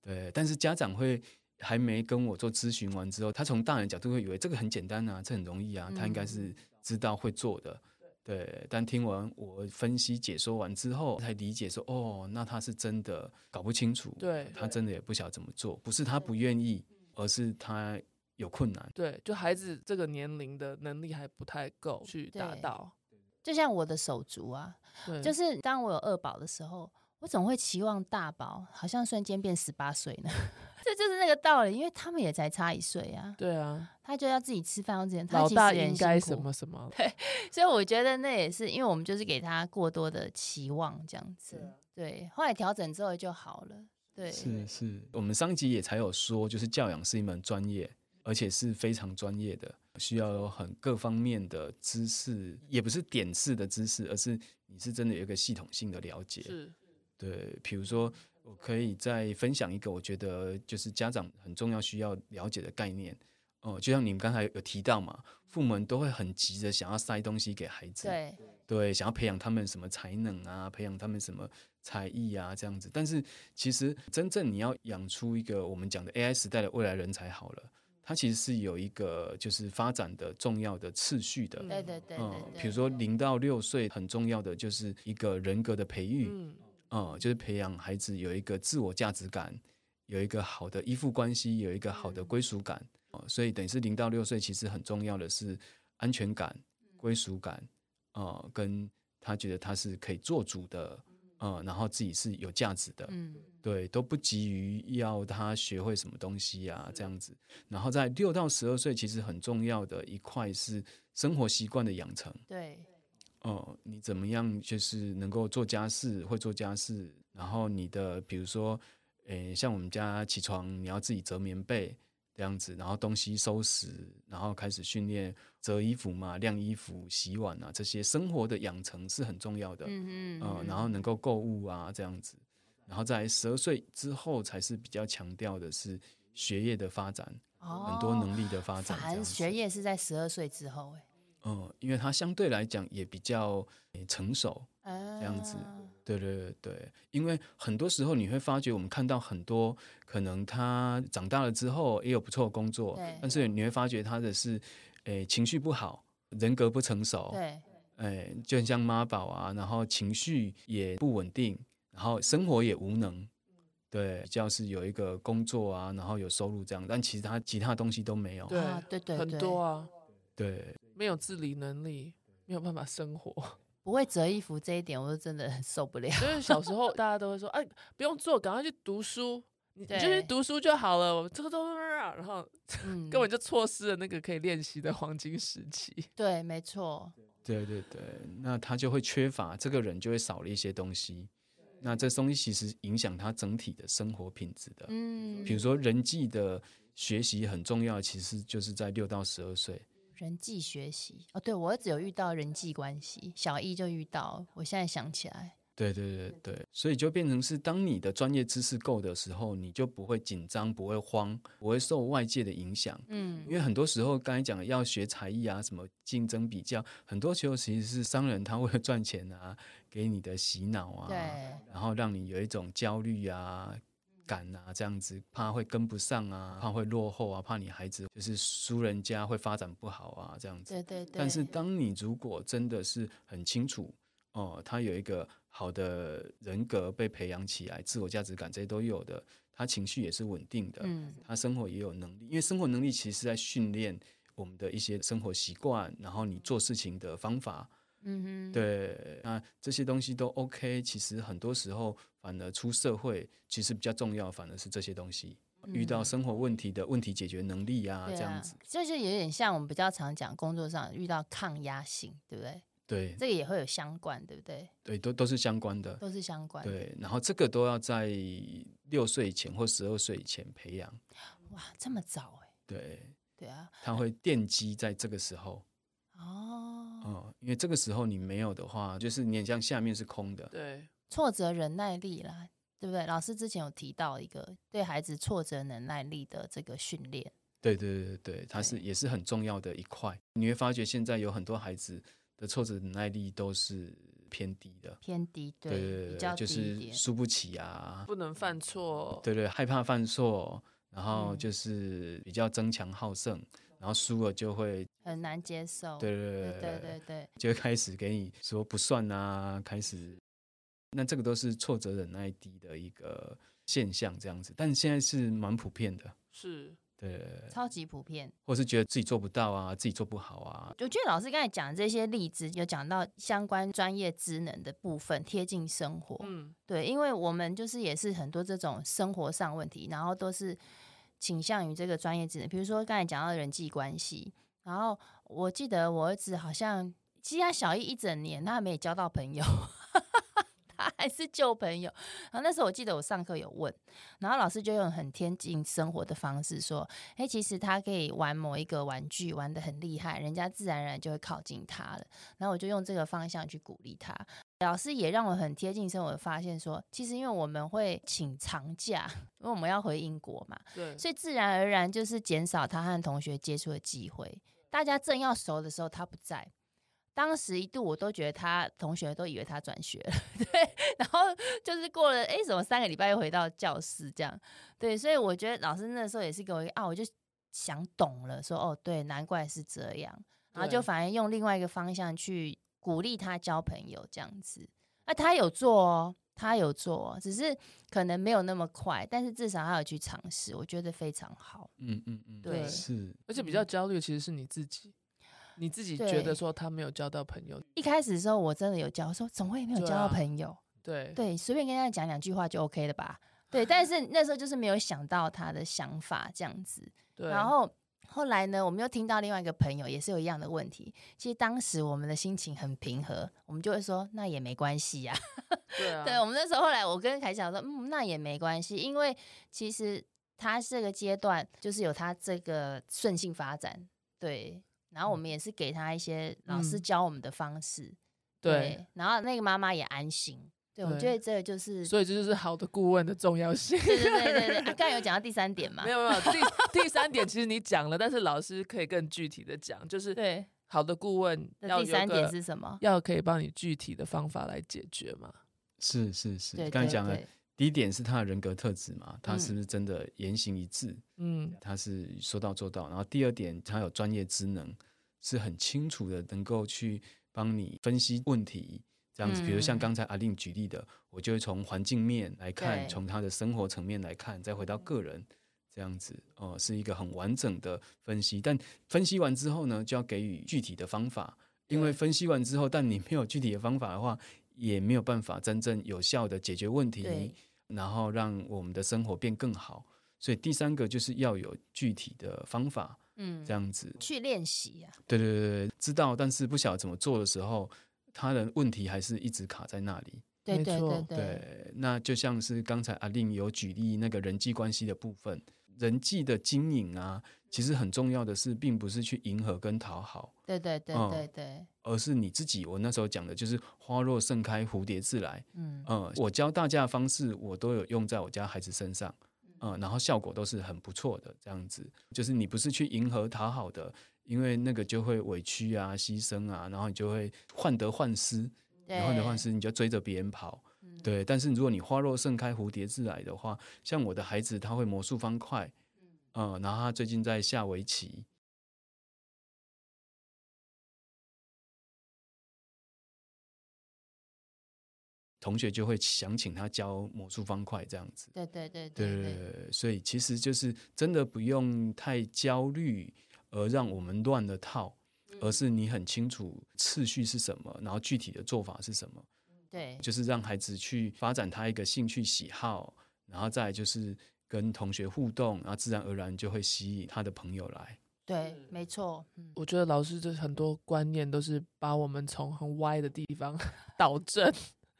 [SPEAKER 3] 对，但是家长会。还没跟我做咨询完之后，他从大人角度会以为这个很简单啊，这很容易啊，他
[SPEAKER 2] 嗯
[SPEAKER 3] 应该是知道会做的，对。但听完我分析解说完之后，才理解说，哦，那他是真的搞不清楚，
[SPEAKER 1] 对
[SPEAKER 3] 他真的也不晓得怎么做，不是他不愿意，而是他有困难。
[SPEAKER 1] 对，就孩子这个年龄的能力还不太够去达
[SPEAKER 2] 对
[SPEAKER 1] 到，
[SPEAKER 2] 就像我的手足啊，
[SPEAKER 1] 对，
[SPEAKER 3] 嗯
[SPEAKER 2] 就是当我有二宝的时候，我总会期望大宝好像瞬间变十八岁呢， 这就是那个道理，因为他们也才差一岁啊，
[SPEAKER 1] 对啊，
[SPEAKER 2] 他就要自己吃饭，要自己，他
[SPEAKER 1] 老
[SPEAKER 2] 其
[SPEAKER 1] 大
[SPEAKER 2] 实也
[SPEAKER 1] 应
[SPEAKER 2] 很
[SPEAKER 1] 该
[SPEAKER 2] 辛
[SPEAKER 1] 什
[SPEAKER 2] 苦
[SPEAKER 1] 么什么，
[SPEAKER 2] 所以我觉得那也是因为我们就是给他过多的期望这样子，
[SPEAKER 1] 啊
[SPEAKER 2] 对，后来调整之后就好了，对，
[SPEAKER 3] 是是，我们上一集也才有说，就是教养是一门专业，而且是非常专业的，需要有很各方面的知识，也不是点式的知识，而是你是真的有一个系统性的了解。
[SPEAKER 1] 是，
[SPEAKER 3] 对，比如说，我可以再分享一个我觉得就是家长很重要需要了解的概念。哦、就像你们刚才有提到嘛，父母们都会很急着想要塞东西给孩子，
[SPEAKER 2] 对，
[SPEAKER 3] 对，想要培养他们什么才能啊，培养他们什么才艺啊，这样子。但是其实真正你要养出一个我们讲的 AI 时代的未来人才好了，它其实是有一个就是发展的重要的次序的。
[SPEAKER 2] 对对对
[SPEAKER 3] 嗯
[SPEAKER 2] 对，对，
[SPEAKER 3] 比如说零到六岁很重要的就是一个人格的培育，
[SPEAKER 1] 嗯，
[SPEAKER 3] 嗯，就是培养孩子有一个自我价值感，有一个好的依附关系，有一个好的归属感。哦、所以等于是零到六岁，其实很重要的是安全感、归属感，呃，跟他觉得他是可以做主的，呃，然后自己是有价值的，
[SPEAKER 2] 嗯，
[SPEAKER 3] 对，都不急于要他学会什么东西啊，这样子。然后在六到十二岁，其实很重要的一块是生活习惯的养成。
[SPEAKER 2] 对，
[SPEAKER 3] 哦，你怎么样就是能够做家事，会做家事，然后你的比如说，诶，像我们家起床你要自己折棉被这样子，然后东西收拾，然后开始训练折衣服嘛、晾衣服、洗碗啊，这些生活的养成是很重要的。
[SPEAKER 2] 嗯嗯
[SPEAKER 3] 呃，然后能够购物啊这样子，然后在十二岁之后才是比较强调的是学业的发展，很多能力的发展。
[SPEAKER 2] 嗯
[SPEAKER 3] 这
[SPEAKER 2] 反
[SPEAKER 3] 样
[SPEAKER 2] 而
[SPEAKER 3] 子
[SPEAKER 2] 哦学业是在十二岁之后、欸，
[SPEAKER 3] 嗯，因为他相对来讲也比较诶成熟，
[SPEAKER 2] 哎，
[SPEAKER 3] 样子对对对对，因为很多时候你会发觉，我们看到很多可能他长大了之后也有不错的工作
[SPEAKER 2] 对，
[SPEAKER 3] 但是你会发觉他的是，诶情绪不好，人格不成熟，
[SPEAKER 2] 对，
[SPEAKER 3] 诶就很像妈宝啊，然后情绪也不稳定，然后生活也无能，
[SPEAKER 2] 嗯
[SPEAKER 3] 对，比较是有一个工作啊，然后有收入这样，但其实他其他东西都没有，
[SPEAKER 1] 对
[SPEAKER 2] 啊对对
[SPEAKER 1] 很
[SPEAKER 2] 对
[SPEAKER 1] 多啊，
[SPEAKER 3] 对，
[SPEAKER 1] 没有自理能力，没有办法生活。
[SPEAKER 2] 不会折衣服这一点，我是真的很受不了。
[SPEAKER 1] 所以小时候大家都会说，哎，不用做，赶快去读书，你你就
[SPEAKER 2] 对
[SPEAKER 1] 去读书就好了。我这个都然后
[SPEAKER 2] 嗯，
[SPEAKER 1] 根本就错失了那个可以练习的黄金时期。
[SPEAKER 2] 对，没错，
[SPEAKER 3] 对啊对对，那他就会缺乏，这个人就会少了一些东西。那这东西其实影响他整体的生活品质的。
[SPEAKER 2] 嗯
[SPEAKER 3] 比，如说人际的学习很重要，其实就是在六到十二岁。
[SPEAKER 2] 人际学习哦，对我儿子有遇到人际关系，小一就遇到，我现在想起来，
[SPEAKER 3] 对对对对，所以就变成是，当你的专业知识够的时候，你就不会紧张，不会慌，不会受外界的影响。因
[SPEAKER 2] 嗯，
[SPEAKER 3] 为很多时候，刚才讲的要学才艺啊，什么竞争比较，很多时候其实是商人他为了赚钱啊，给你的洗脑
[SPEAKER 2] 嗯
[SPEAKER 3] 啊，
[SPEAKER 2] 对，
[SPEAKER 3] 然后让你有一种焦虑啊、感啊这样子，怕会跟不上啊，怕会落后啊，怕你孩子就是输人家会发展不好啊这样子。
[SPEAKER 2] 对对对。
[SPEAKER 3] 但是当你如果真的是很清楚哦，他有一个好的人格被培养起来，自我价值感这些都有的，他情绪也是稳定的，
[SPEAKER 2] 嗯，
[SPEAKER 3] 他生活也有能力，因为生活能力其实是在训练我们的一些生活习惯，然后你做事情的方法，
[SPEAKER 2] 嗯哼，
[SPEAKER 3] 对，那这些东西都 OK。其实很多时候，反而出社会，其实比较重要，反而是这些东西。遇到生活问题的问题解决能力啊，
[SPEAKER 2] 嗯对
[SPEAKER 3] 这样
[SPEAKER 2] 啊
[SPEAKER 3] 子，，
[SPEAKER 2] 这就有点像我们比较常讲工作上遇到抗压性，对不对？
[SPEAKER 3] 对
[SPEAKER 2] 这个也会有相关，对不对？
[SPEAKER 3] 对，都都是相关的。
[SPEAKER 2] 都是相关。
[SPEAKER 3] 对，然后这个都要在六岁以前或十二岁以前培养，
[SPEAKER 2] 哇，这么早哎、
[SPEAKER 3] 对，
[SPEAKER 2] 对啊，
[SPEAKER 3] 它会奠基在这个时候，
[SPEAKER 2] 哦，
[SPEAKER 3] 嗯，因为这个时候你没有的话，就是你很像下面是空的，
[SPEAKER 1] 对，
[SPEAKER 2] 挫折忍耐力啦，对不对？老师之前有提到一个对孩子挫折忍耐力的这个训练，
[SPEAKER 3] 对对对对，它是
[SPEAKER 2] 对
[SPEAKER 3] 也是很重要的一块。你会发觉现在有很多孩子的挫折忍耐力都是偏低的，
[SPEAKER 2] 偏低，对，
[SPEAKER 3] 对对
[SPEAKER 2] 比
[SPEAKER 3] 对
[SPEAKER 2] 较
[SPEAKER 3] 对，
[SPEAKER 2] 低
[SPEAKER 3] 就
[SPEAKER 2] 一
[SPEAKER 3] 是
[SPEAKER 2] 点。
[SPEAKER 3] 输不起啊，
[SPEAKER 1] 不能犯错。
[SPEAKER 3] 对对，害怕犯错，然后
[SPEAKER 2] 嗯
[SPEAKER 3] 就是比较争强好胜，然后输了就会，
[SPEAKER 2] 很难接受。
[SPEAKER 3] 对对
[SPEAKER 2] 哦对
[SPEAKER 3] 对
[SPEAKER 2] 对对对
[SPEAKER 3] 就会开始给你说不算啊，开始，那这个都是挫折忍耐低的一个现象，这样子，但现在是蛮普遍的，
[SPEAKER 1] 是，
[SPEAKER 3] 对对，对
[SPEAKER 2] 超级普遍。
[SPEAKER 3] 或是觉得自己做不到啊，自己做不好啊，
[SPEAKER 2] 我觉得老师刚才讲的这些例子，有讲到相关专业职能的部分，贴近生活。
[SPEAKER 1] 嗯，
[SPEAKER 2] 对，因为我们就是也是很多这种生活上问题，然后都是倾向于这个专业技能，比如说刚才讲到人际关系，然后我记得我儿子好像，其实他小一一整年，他没有交到朋友。 他还是旧朋友，然后那时候我记得我上课有问，然后老师就用很贴近生活的方式说，哎，其实他可以玩某一个玩具玩的很厉害，人家自然而然就会靠近他了。然后我就用这个方向去鼓励他，老师也让我很贴近生活，发现说，其实因为我们会请长假，因为我们要回英国嘛，
[SPEAKER 1] 对，
[SPEAKER 2] 所以自然而然就是减少他和同学接触的机会。大家正要熟的时候，他不在。当时一度我都觉得他同学都以为他转学了， 对，然后就是过了诶，怎么三个礼拜又回到教室这样？对，所以我觉得老师那时候也是给我一个啊，我就想懂了，说哦，对，难怪是这样，然后就
[SPEAKER 1] 对
[SPEAKER 2] 反而用另外一个方向去鼓励他交朋友这样子。那、他有做哦，他有做、哦，只是可能没有那么快，但是至少他有去尝试，我觉得非常好。
[SPEAKER 3] 嗯嗯嗯，
[SPEAKER 2] 对
[SPEAKER 3] 是，
[SPEAKER 1] 而且比较焦虑的其实是你自己，你自己觉
[SPEAKER 2] 嗯对
[SPEAKER 1] 得说他没有交到朋友，
[SPEAKER 2] 一开始的时候我真的有交，我说怎么会没有
[SPEAKER 1] 对
[SPEAKER 2] 交到
[SPEAKER 1] 啊
[SPEAKER 2] 朋友？
[SPEAKER 1] 对，
[SPEAKER 2] 对，随便跟他讲两句话就 OK 了吧？对，但是那时候就是没有想到他的想法这样子，
[SPEAKER 1] 对
[SPEAKER 2] 然后后来呢，我们又听到另外一个朋友也是有一样的问题。其实当时我们的心情很平和，我们就会说那也没关系呀、
[SPEAKER 1] 对 啊，
[SPEAKER 2] 对我们那时候后来我跟凯翔说，嗯，那也没关系，因为其实他这个阶段就是有他这个顺性发展，对。然后我们也是给他一些老师
[SPEAKER 1] 嗯
[SPEAKER 2] 教我们的方式，
[SPEAKER 1] 对，
[SPEAKER 2] 然后那个妈妈也安心，对，我
[SPEAKER 1] 对
[SPEAKER 2] 觉得这个就是，
[SPEAKER 1] 所以这就是好的顾问的重要性。
[SPEAKER 2] 对对对对对，啊刚、才有讲到第三点嘛
[SPEAKER 1] 没，有没有，第第三点其实你讲了，但是老师可以更具体的讲，就是
[SPEAKER 2] 对，
[SPEAKER 1] 好的顾问
[SPEAKER 2] 那
[SPEAKER 1] 要
[SPEAKER 2] 第
[SPEAKER 1] 有
[SPEAKER 2] 三点
[SPEAKER 1] 个
[SPEAKER 2] 是什么？
[SPEAKER 1] 要可以帮你具体的方法来解决嘛。
[SPEAKER 3] 是是是
[SPEAKER 2] 对，，
[SPEAKER 3] 刚才
[SPEAKER 2] 对
[SPEAKER 3] 讲了
[SPEAKER 2] 对
[SPEAKER 3] 第一点是他的人格特质嘛，他是
[SPEAKER 2] 嗯
[SPEAKER 3] 不是真的言行一致？
[SPEAKER 1] 嗯
[SPEAKER 3] 他是说到做到。然后第二点，他有专业职能，是很清楚的，能够去帮你分析问题。这样子，比如像
[SPEAKER 2] 嗯
[SPEAKER 3] 刚才阿令举例的，我就会从环境面来看，
[SPEAKER 2] 对
[SPEAKER 3] 从他的生活层面来看，再回到个人，这样子哦、是一个很完整的分析。但分析完之后呢，就要给予具体的方法，因为
[SPEAKER 2] 对
[SPEAKER 3] 分析完之后，但你没有具体的方法的话，也没有办法真正有效的解决问题。
[SPEAKER 2] 对
[SPEAKER 3] 然后让我们的生活变更好。所以第三个就是要有具体的方法，
[SPEAKER 2] 嗯
[SPEAKER 3] 这，样子。
[SPEAKER 2] 去练习啊，
[SPEAKER 3] 对对对对，知道但是不晓得怎么做的时候，他的问题还是一直卡在那里。
[SPEAKER 2] 对
[SPEAKER 1] 没
[SPEAKER 2] 对
[SPEAKER 1] 错
[SPEAKER 2] 对对，
[SPEAKER 3] 对，那就像是刚才阿令有举例那个人际关系的部分，人际的经营啊，其实很重要的是，并不是去迎合跟讨好，
[SPEAKER 2] 对对对
[SPEAKER 3] 嗯
[SPEAKER 2] 对对，
[SPEAKER 3] 而是你自己。我那时候讲的就是花若盛开，蝴蝶自来。
[SPEAKER 2] 嗯，
[SPEAKER 3] 嗯，我教大家的方式，我都有用在我家孩子身上，嗯，然后效果都是很不错的。这样子，就是你不是去迎合讨好的，因为那个就会委屈啊、牺牲啊，然后你就会患得患失，你
[SPEAKER 2] 对，
[SPEAKER 3] 患得患失，你就追着别人跑。对，但是如果你花若盛开，蝴蝶自来的话，像我的孩子，他会魔术方块，嗯，然后他最近在下围棋，同学就会想请他教魔术方块这样子。
[SPEAKER 2] 对对对
[SPEAKER 3] 对
[SPEAKER 2] 对对，
[SPEAKER 3] 所以其实就是真的不用太焦虑，而让我们乱了套，而是你很清楚次序是什么，然后具体的做法是什么，
[SPEAKER 2] 对
[SPEAKER 3] 就是让孩子去发展他一个兴趣喜好，然后再来就是跟同学互动，然后自然而然就会吸引他的朋友来。
[SPEAKER 2] 对，没错，嗯，
[SPEAKER 1] 我觉得老师这很多观念都是把我们从很歪的地方 导正，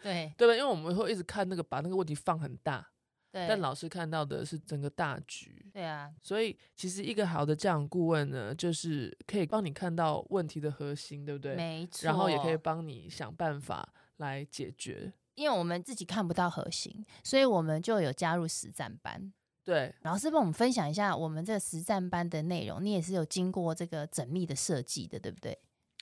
[SPEAKER 2] 对
[SPEAKER 1] 对吧？因为我们会一直看那个，把那个问题放很大，
[SPEAKER 2] 对，
[SPEAKER 1] 但老师看到的是整个大局。
[SPEAKER 2] 对啊，
[SPEAKER 1] 所以，其实一个好的教养顾问呢，就是可以帮你看到问题的核心，对不对？
[SPEAKER 2] 没错，
[SPEAKER 1] 然后也可以帮你想办法来解决。
[SPEAKER 2] 因为我们自己看不到核心，所以我们就有加入实战班。
[SPEAKER 1] 对，
[SPEAKER 2] 老师帮我们分享一下我们这个实战班的内容，你也是有经过这个缜密的设计的，对不对？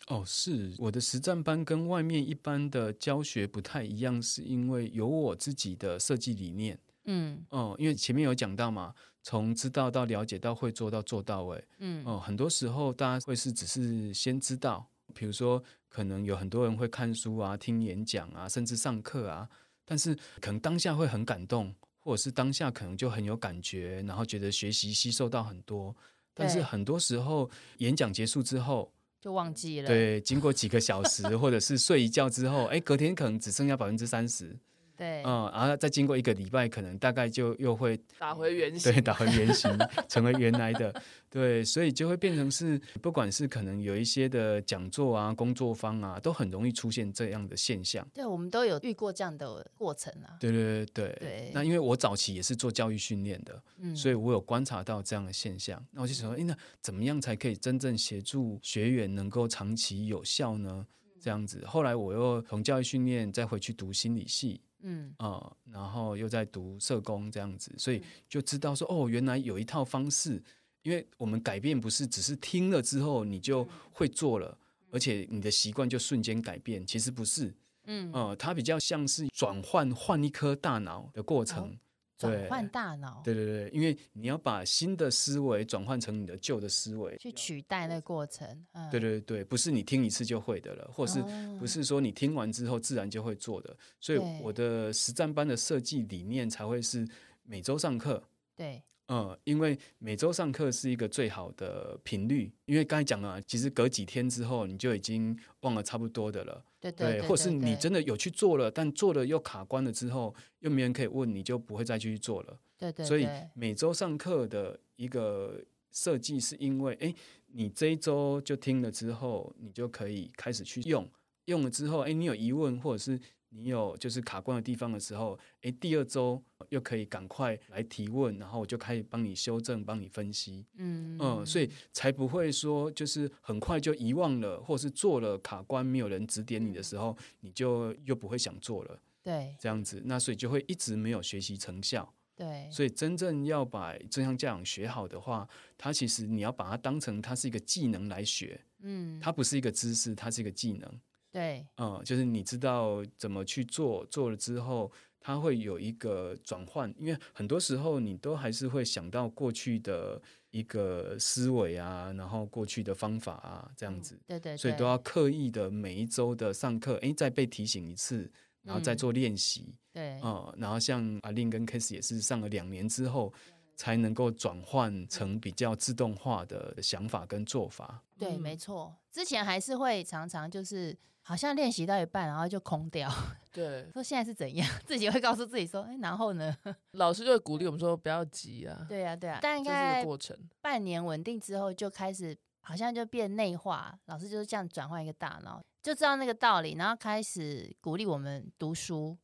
[SPEAKER 3] 哦，是我的实战班跟外面一般的教学不太一样，是因为有我自己的设计理念。
[SPEAKER 2] 嗯
[SPEAKER 3] 哦、因为前面有讲到嘛，从知道到了解到会做到做到位。
[SPEAKER 2] 嗯
[SPEAKER 3] 哦、很多时候大家会是只是先知道，比如说可能有很多人会看书啊、听演讲啊，甚至上课啊，但是可能当下会很感动，或者是当下可能就很有感觉，然后觉得学习吸收到很多。但是
[SPEAKER 2] 对
[SPEAKER 3] 很多时候演讲结束之后，
[SPEAKER 2] 就忘记了。
[SPEAKER 3] 对，经过几个小时或者是睡一觉之后，哎，隔天可能只剩下百分之三十，
[SPEAKER 2] 对
[SPEAKER 3] 嗯，然后再经过一个礼拜，可能大概就又会
[SPEAKER 1] 打回原形。
[SPEAKER 3] 对，打回原形，成为原来的，对，所以就会变成是，不管是可能有一些的讲座啊、工作坊啊，都很容易出现这样的现象。
[SPEAKER 2] 对我们都有遇过这样的过程啊。
[SPEAKER 3] 对对对对
[SPEAKER 2] 对
[SPEAKER 3] 那因为我早期也是做教育训练的，
[SPEAKER 2] 嗯，
[SPEAKER 3] 所以我有观察到这样的现象。那我就想说，诶，那怎么样才可以真正协助学员能够长期有效呢？这样子，后来我又从教育训练再回去读心理系，
[SPEAKER 2] 嗯，
[SPEAKER 3] 啊、然后又在读社工这样子，所以就知道说，哦，原来有一套方式，因为我们改变不是只是听了之后你就会做了，而且你的习惯就瞬间改变，其实不是，
[SPEAKER 2] 嗯
[SPEAKER 3] 呃，它比较像是转换换一颗大脑的过程，
[SPEAKER 2] 转
[SPEAKER 3] 对
[SPEAKER 2] 换大脑
[SPEAKER 3] 对对对，因为你要把新的思维转换成你的旧的思维，
[SPEAKER 2] 去取代那个过程。嗯，
[SPEAKER 3] 对对对，不是你听一次就会的了，或是
[SPEAKER 2] 哦
[SPEAKER 3] 不是说你听完之后自然就会做的。所以
[SPEAKER 2] 对
[SPEAKER 3] 我的实战班的设计理念才会是每周上课。
[SPEAKER 2] 对
[SPEAKER 3] 嗯，因为每周上课是一个最好的频率，因为刚才讲了，啊其实隔几天之后你就已经忘了差不多的了，
[SPEAKER 2] 对对对，
[SPEAKER 3] 或是你
[SPEAKER 2] 对
[SPEAKER 3] 真的有去做了，但做了又卡关了之后，又没人可以问，你就不会再去做了。
[SPEAKER 2] 对对，
[SPEAKER 3] 所以
[SPEAKER 2] 对
[SPEAKER 3] 每周上课的一个设计，是因为哎，诶你这一周就听了之后，你就可以开始去用，用了之后，哎，你有疑问或者是你有就是卡关的地方的时候，哎，第二周又可以赶快来提问，然后我就开始帮你修正，帮你分析，
[SPEAKER 2] 嗯
[SPEAKER 3] 嗯，所以才不会说就是很快就遗忘了，或是做了卡关没有人指点你的时候，你就又不会想做了。
[SPEAKER 2] 对
[SPEAKER 3] 这样子，那所以就会一直没有学习成效。
[SPEAKER 2] 对，
[SPEAKER 3] 所以真正要把正向教养学好的话，它其实你要把它当成它是一个技能来学，
[SPEAKER 2] 嗯，
[SPEAKER 3] 它不是一个知识，它是一个技能。
[SPEAKER 2] 对
[SPEAKER 3] 嗯，就是你知道怎么去做，做了之后，它会有一个转换，因为很多时候你都还是会想到过去的一个思维啊，然后过去的方法啊，这样子，
[SPEAKER 2] 嗯对对，
[SPEAKER 3] 所以
[SPEAKER 2] 对
[SPEAKER 3] 都要刻意的每一周的上课，诶，再被提醒一次，然后再
[SPEAKER 2] 嗯
[SPEAKER 3] 做练习。
[SPEAKER 2] 对
[SPEAKER 3] 嗯，然后像阿令跟 Kiss 也是上了两年之后，才能够转换成比较自动化的想法跟做法。
[SPEAKER 2] 对，没
[SPEAKER 1] 嗯
[SPEAKER 2] 错。之前还是会常常就是好像练习到一半，然后就空掉，
[SPEAKER 1] 对，
[SPEAKER 2] 说现在是怎样， 自己会告诉自己说，哎，然后呢？
[SPEAKER 1] 老师就会鼓励我们说不要急啊，
[SPEAKER 2] 对呀、对呀、但
[SPEAKER 1] 这
[SPEAKER 2] 应
[SPEAKER 1] 是一
[SPEAKER 2] 该
[SPEAKER 1] 个过程。
[SPEAKER 2] 半年稳定之后，就开始好像就变内化，老师就是这样转换一个大脑，就知道那个道理，然后开始鼓励我们读书。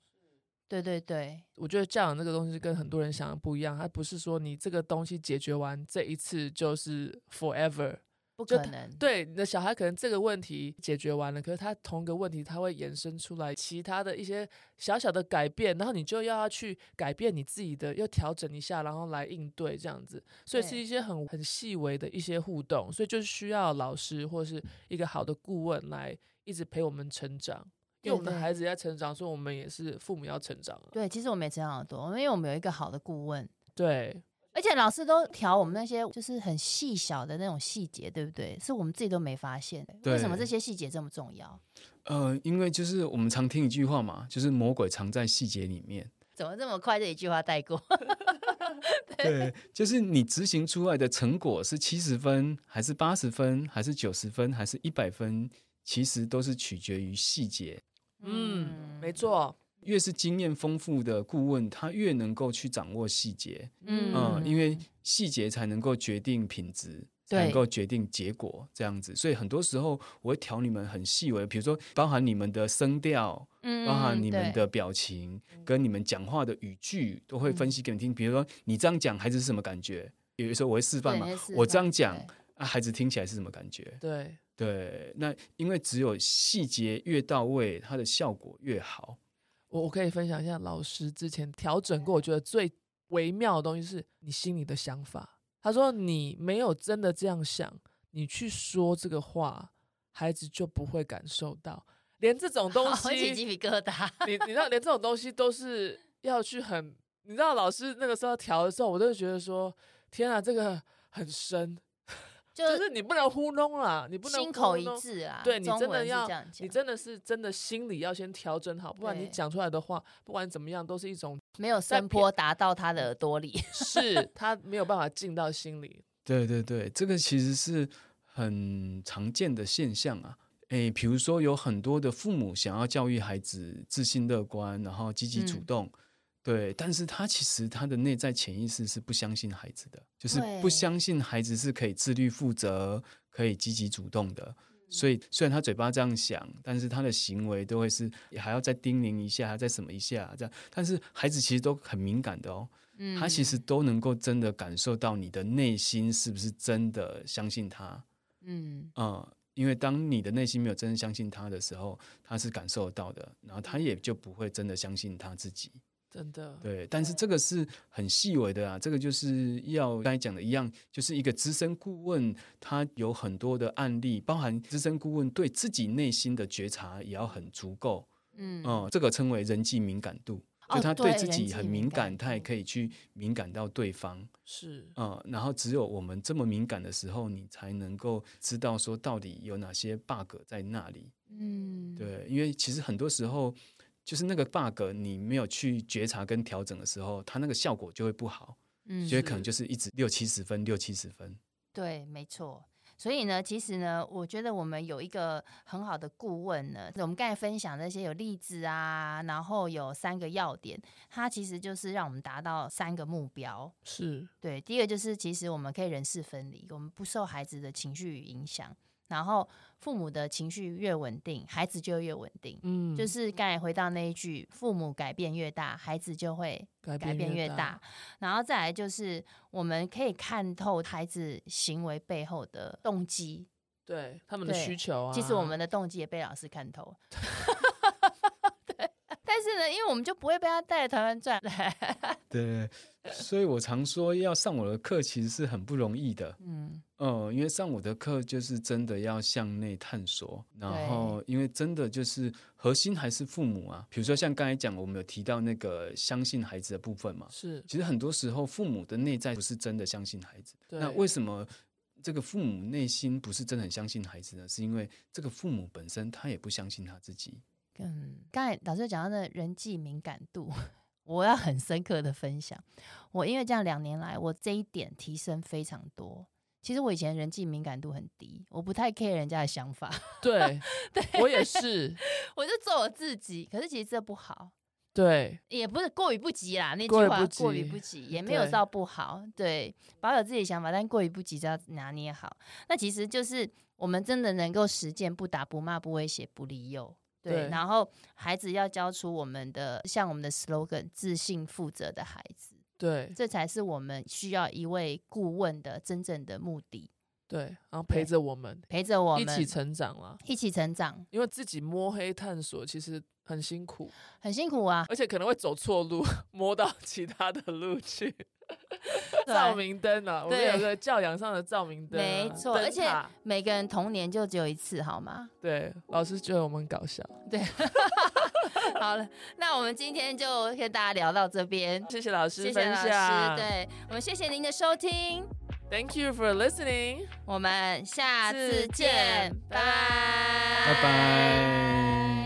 [SPEAKER 2] 对对对，
[SPEAKER 1] 我觉得教养这个东西跟很多人想的不一样，它不是说你这个东西解决完这一次就是 forever。
[SPEAKER 2] 不
[SPEAKER 1] 就
[SPEAKER 2] 可
[SPEAKER 1] 他
[SPEAKER 2] 能。
[SPEAKER 1] 对，你的小孩可能这个问题解决完了，可是他同一个问题，他会衍生出来其他的一些小小的改变，然后你就要要去改变你自己的，要调整一下，然后来应对这样子。所以是
[SPEAKER 2] 对
[SPEAKER 1] 一些很很细微的一些互动，所以就是需要老师或是一个好的顾问来一直陪我们成长，因为我
[SPEAKER 2] 对
[SPEAKER 1] 们的
[SPEAKER 2] 对
[SPEAKER 1] 孩子在成长，所以我们也是父母要成长啊。
[SPEAKER 2] 对，其实我们也成长很多，因为我们有一个好的顾问，
[SPEAKER 1] 对，
[SPEAKER 2] 而且老师都调我们那些就是很细小的那种细节，对不对？是我们自己都没发现的。为什么
[SPEAKER 3] 对
[SPEAKER 2] 这些细节这么重要？
[SPEAKER 3] 呃，因为就是我们常听一句话嘛，就是魔鬼藏在细节里面。
[SPEAKER 2] 怎么这么快就一句话带过？
[SPEAKER 3] 对，就是你执行出来的成果是七十分，还是八十分，还是九十分，还是一百分，其实都是取决于细节。
[SPEAKER 1] 嗯，没，错，
[SPEAKER 3] 越是经验丰富的顾问，他越能够去掌握细节。嗯，因为细节才能够决定品质，才能
[SPEAKER 2] 对
[SPEAKER 3] 够决定结果，这样子。所以很多时候我会调你们很细微，比如说包含你们的声调，
[SPEAKER 2] 嗯
[SPEAKER 3] 包含你
[SPEAKER 2] 对
[SPEAKER 3] 们的表情，跟你们讲话的语句，都会分析给你听。比如说你这样讲，孩子是什么感觉？有的时候我会示范
[SPEAKER 2] 对
[SPEAKER 3] 嘛
[SPEAKER 2] 你，是
[SPEAKER 3] 我
[SPEAKER 2] 吧
[SPEAKER 3] 这样讲
[SPEAKER 2] 对
[SPEAKER 3] 啊，孩子听起来是什么感觉？
[SPEAKER 1] 对，
[SPEAKER 3] 对，那因为只有细节越到位，它的效果越好。
[SPEAKER 1] 我我可以分享一下老师之前调整过，我觉得最微妙的东西是你心里的想法。他说你没有真的这样想，你去说这个话，孩子就不会感受到。连这种东
[SPEAKER 2] 好
[SPEAKER 1] 西，
[SPEAKER 2] 我起鸡
[SPEAKER 1] 你
[SPEAKER 2] 皮疙瘩。
[SPEAKER 1] 你知道，连这种东西都是要去很，你知道老师那个时候调的时候，我都觉得说，天啊，这个很深，
[SPEAKER 2] 就
[SPEAKER 1] 就是你不能糊弄啦，你不能
[SPEAKER 2] 心口
[SPEAKER 1] 糊
[SPEAKER 2] 一
[SPEAKER 1] 弄
[SPEAKER 2] 致啊，
[SPEAKER 1] 对你
[SPEAKER 2] 中
[SPEAKER 1] 真的
[SPEAKER 2] 文是
[SPEAKER 1] 要
[SPEAKER 2] 这样讲，
[SPEAKER 1] 你真的是真的心里要先调整好，不然你
[SPEAKER 2] 对
[SPEAKER 1] 讲出来的话，不管怎么样，都是一种
[SPEAKER 2] 没有声波达到他
[SPEAKER 1] 嗯
[SPEAKER 2] 的耳朵里，
[SPEAKER 1] 是他没有办法进到心里。
[SPEAKER 3] 对对对，这个其实是很常见的现象啊。诶，比如说有很多的父母想要教育孩子自信乐观，然后积极主
[SPEAKER 2] 嗯
[SPEAKER 3] 动，对，但是他其实他的内在潜意识是不相信孩子的，就是
[SPEAKER 2] 对
[SPEAKER 3] 不相信孩子是可以自律负责、可以积极主动的。
[SPEAKER 2] 嗯
[SPEAKER 3] 所以虽然他嘴巴这样想，但是他的行为都会是还要再叮咛一下，再什么一下这样。但是孩子其实都很敏感的哦，
[SPEAKER 2] 嗯，
[SPEAKER 3] 他其实都能够真的感受到你的内心是不是真的相信他，
[SPEAKER 2] 嗯
[SPEAKER 3] 嗯，因为当你的内心没有真的相信他的时候，他是感受得到的，然后他也就不会真的相信他自己。
[SPEAKER 1] 真的，
[SPEAKER 3] 对，但是这个是很细微的啊，这个就是要刚才讲的一样，就是一个资深顾问，他有很多的案例，包含资深顾问对自己内心的觉察也要很足够，
[SPEAKER 2] 嗯
[SPEAKER 3] 嗯，这个称为人际敏感度，
[SPEAKER 2] 哦
[SPEAKER 3] 就他对
[SPEAKER 2] 对
[SPEAKER 3] 自
[SPEAKER 2] 人
[SPEAKER 3] 己
[SPEAKER 2] 际
[SPEAKER 3] 很
[SPEAKER 2] 敏
[SPEAKER 3] 敏感，
[SPEAKER 2] 感
[SPEAKER 3] 他也
[SPEAKER 2] 度
[SPEAKER 3] 可以去敏感到对方。
[SPEAKER 1] 是
[SPEAKER 3] 嗯，然后只有我们这么敏感的时候，你才能够知道说到底有哪些 bug 在那里。
[SPEAKER 2] 嗯，
[SPEAKER 3] 对，因为其实很多时候就是那个 bug，你没有去觉察跟调整的时候，它那个效果就会不好，
[SPEAKER 2] 嗯，
[SPEAKER 3] 就会可能
[SPEAKER 1] 是
[SPEAKER 3] 就是一直六七十分，六七十分。
[SPEAKER 2] 对，没错。所以呢，其实呢，我觉得我们有一个很好的顾问呢。我们刚才分享那些有例子啊，然后有三个要点，它其实就是让我们达到三个目标。
[SPEAKER 1] 是，
[SPEAKER 2] 对，第一个就是其实我们可以人事分离，我们不受孩子的情绪影响，然后父母的情绪越稳定，孩子就越稳定。
[SPEAKER 1] 嗯，
[SPEAKER 2] 就是刚才回到那一句，父母改变越大，孩子就会
[SPEAKER 1] 改
[SPEAKER 2] 改变越
[SPEAKER 1] 越
[SPEAKER 2] 大，。然后再来就是，我们可以看透孩子行为背后的动机。
[SPEAKER 1] 对他们的
[SPEAKER 2] 对
[SPEAKER 1] 需求 啊。
[SPEAKER 2] 其实我们的动机也被老师看透。对，但是的，因为我们就不会被他带着团团转。
[SPEAKER 3] 对，所以我常说要上我的课其实是很不容易的。
[SPEAKER 2] 嗯，
[SPEAKER 3] 嗯，因为上我的课就是真的要向内探索，然后因为真的就是核心还是父母啊。比如说像刚才讲，我们有提到那个相信孩子的部分嘛，
[SPEAKER 1] 是
[SPEAKER 3] 其实很多时候父母的内在不是真的相信孩子。
[SPEAKER 1] 对，
[SPEAKER 3] 那为什么这个父母内心不是真的很相信孩子呢？是因为这个父母本身他也不相信他自己。
[SPEAKER 2] 嗯，刚才老师讲到的人际敏感度， 我要很深刻的分享。我因为这样两年来，我这一点提升非常多。其实我以前人际敏感度很低，我不太 care 人家的想法，
[SPEAKER 1] 对我也是，
[SPEAKER 2] 我就做我自己。可是其实这不好，
[SPEAKER 1] 对
[SPEAKER 2] 也不是过于不及啦。那句
[SPEAKER 1] 过于
[SPEAKER 2] 话
[SPEAKER 1] 不
[SPEAKER 2] 过于
[SPEAKER 1] 及
[SPEAKER 2] 不及，也没有
[SPEAKER 1] 对
[SPEAKER 2] 到不好。对，保有自己的想法，但过于不及就要拿捏好。那其实就是我们真的能够实践，不打、不骂、不威胁、不利诱。对，
[SPEAKER 1] 对
[SPEAKER 2] 然后孩子要教出我们的，像我们的 slogan“ 自信负责”的孩子，
[SPEAKER 1] 对
[SPEAKER 2] 这才是我们需要一位顾问的真正的目的，
[SPEAKER 1] 对，然后
[SPEAKER 2] 对
[SPEAKER 1] 陪着我们
[SPEAKER 2] 陪着我
[SPEAKER 1] 一
[SPEAKER 2] 们
[SPEAKER 1] 起成长啦。
[SPEAKER 2] 一起成长，
[SPEAKER 1] 因为自己摸黑探索其实很辛苦，
[SPEAKER 2] 很辛苦 啊。
[SPEAKER 1] 而且可能会走错路，摸到其他的路去。
[SPEAKER 2] 对
[SPEAKER 1] 照明灯啊，我们
[SPEAKER 2] 对
[SPEAKER 1] 有个教养上的照明灯啊、
[SPEAKER 2] 没错
[SPEAKER 1] 灯
[SPEAKER 2] 而且
[SPEAKER 1] 塔
[SPEAKER 2] 每个人童年就只有一次，好吗？
[SPEAKER 1] 对老师觉得我们搞笑，
[SPEAKER 2] 好了，那我们今天就跟大家聊到这边，
[SPEAKER 1] 谢谢老师
[SPEAKER 2] 谢
[SPEAKER 1] 分
[SPEAKER 2] 谢老师，
[SPEAKER 1] 享
[SPEAKER 2] 对我们谢谢您的收听，
[SPEAKER 1] ，Thank you for listening。
[SPEAKER 2] 我们下次
[SPEAKER 1] 次见
[SPEAKER 2] 见，拜拜，
[SPEAKER 3] 拜拜。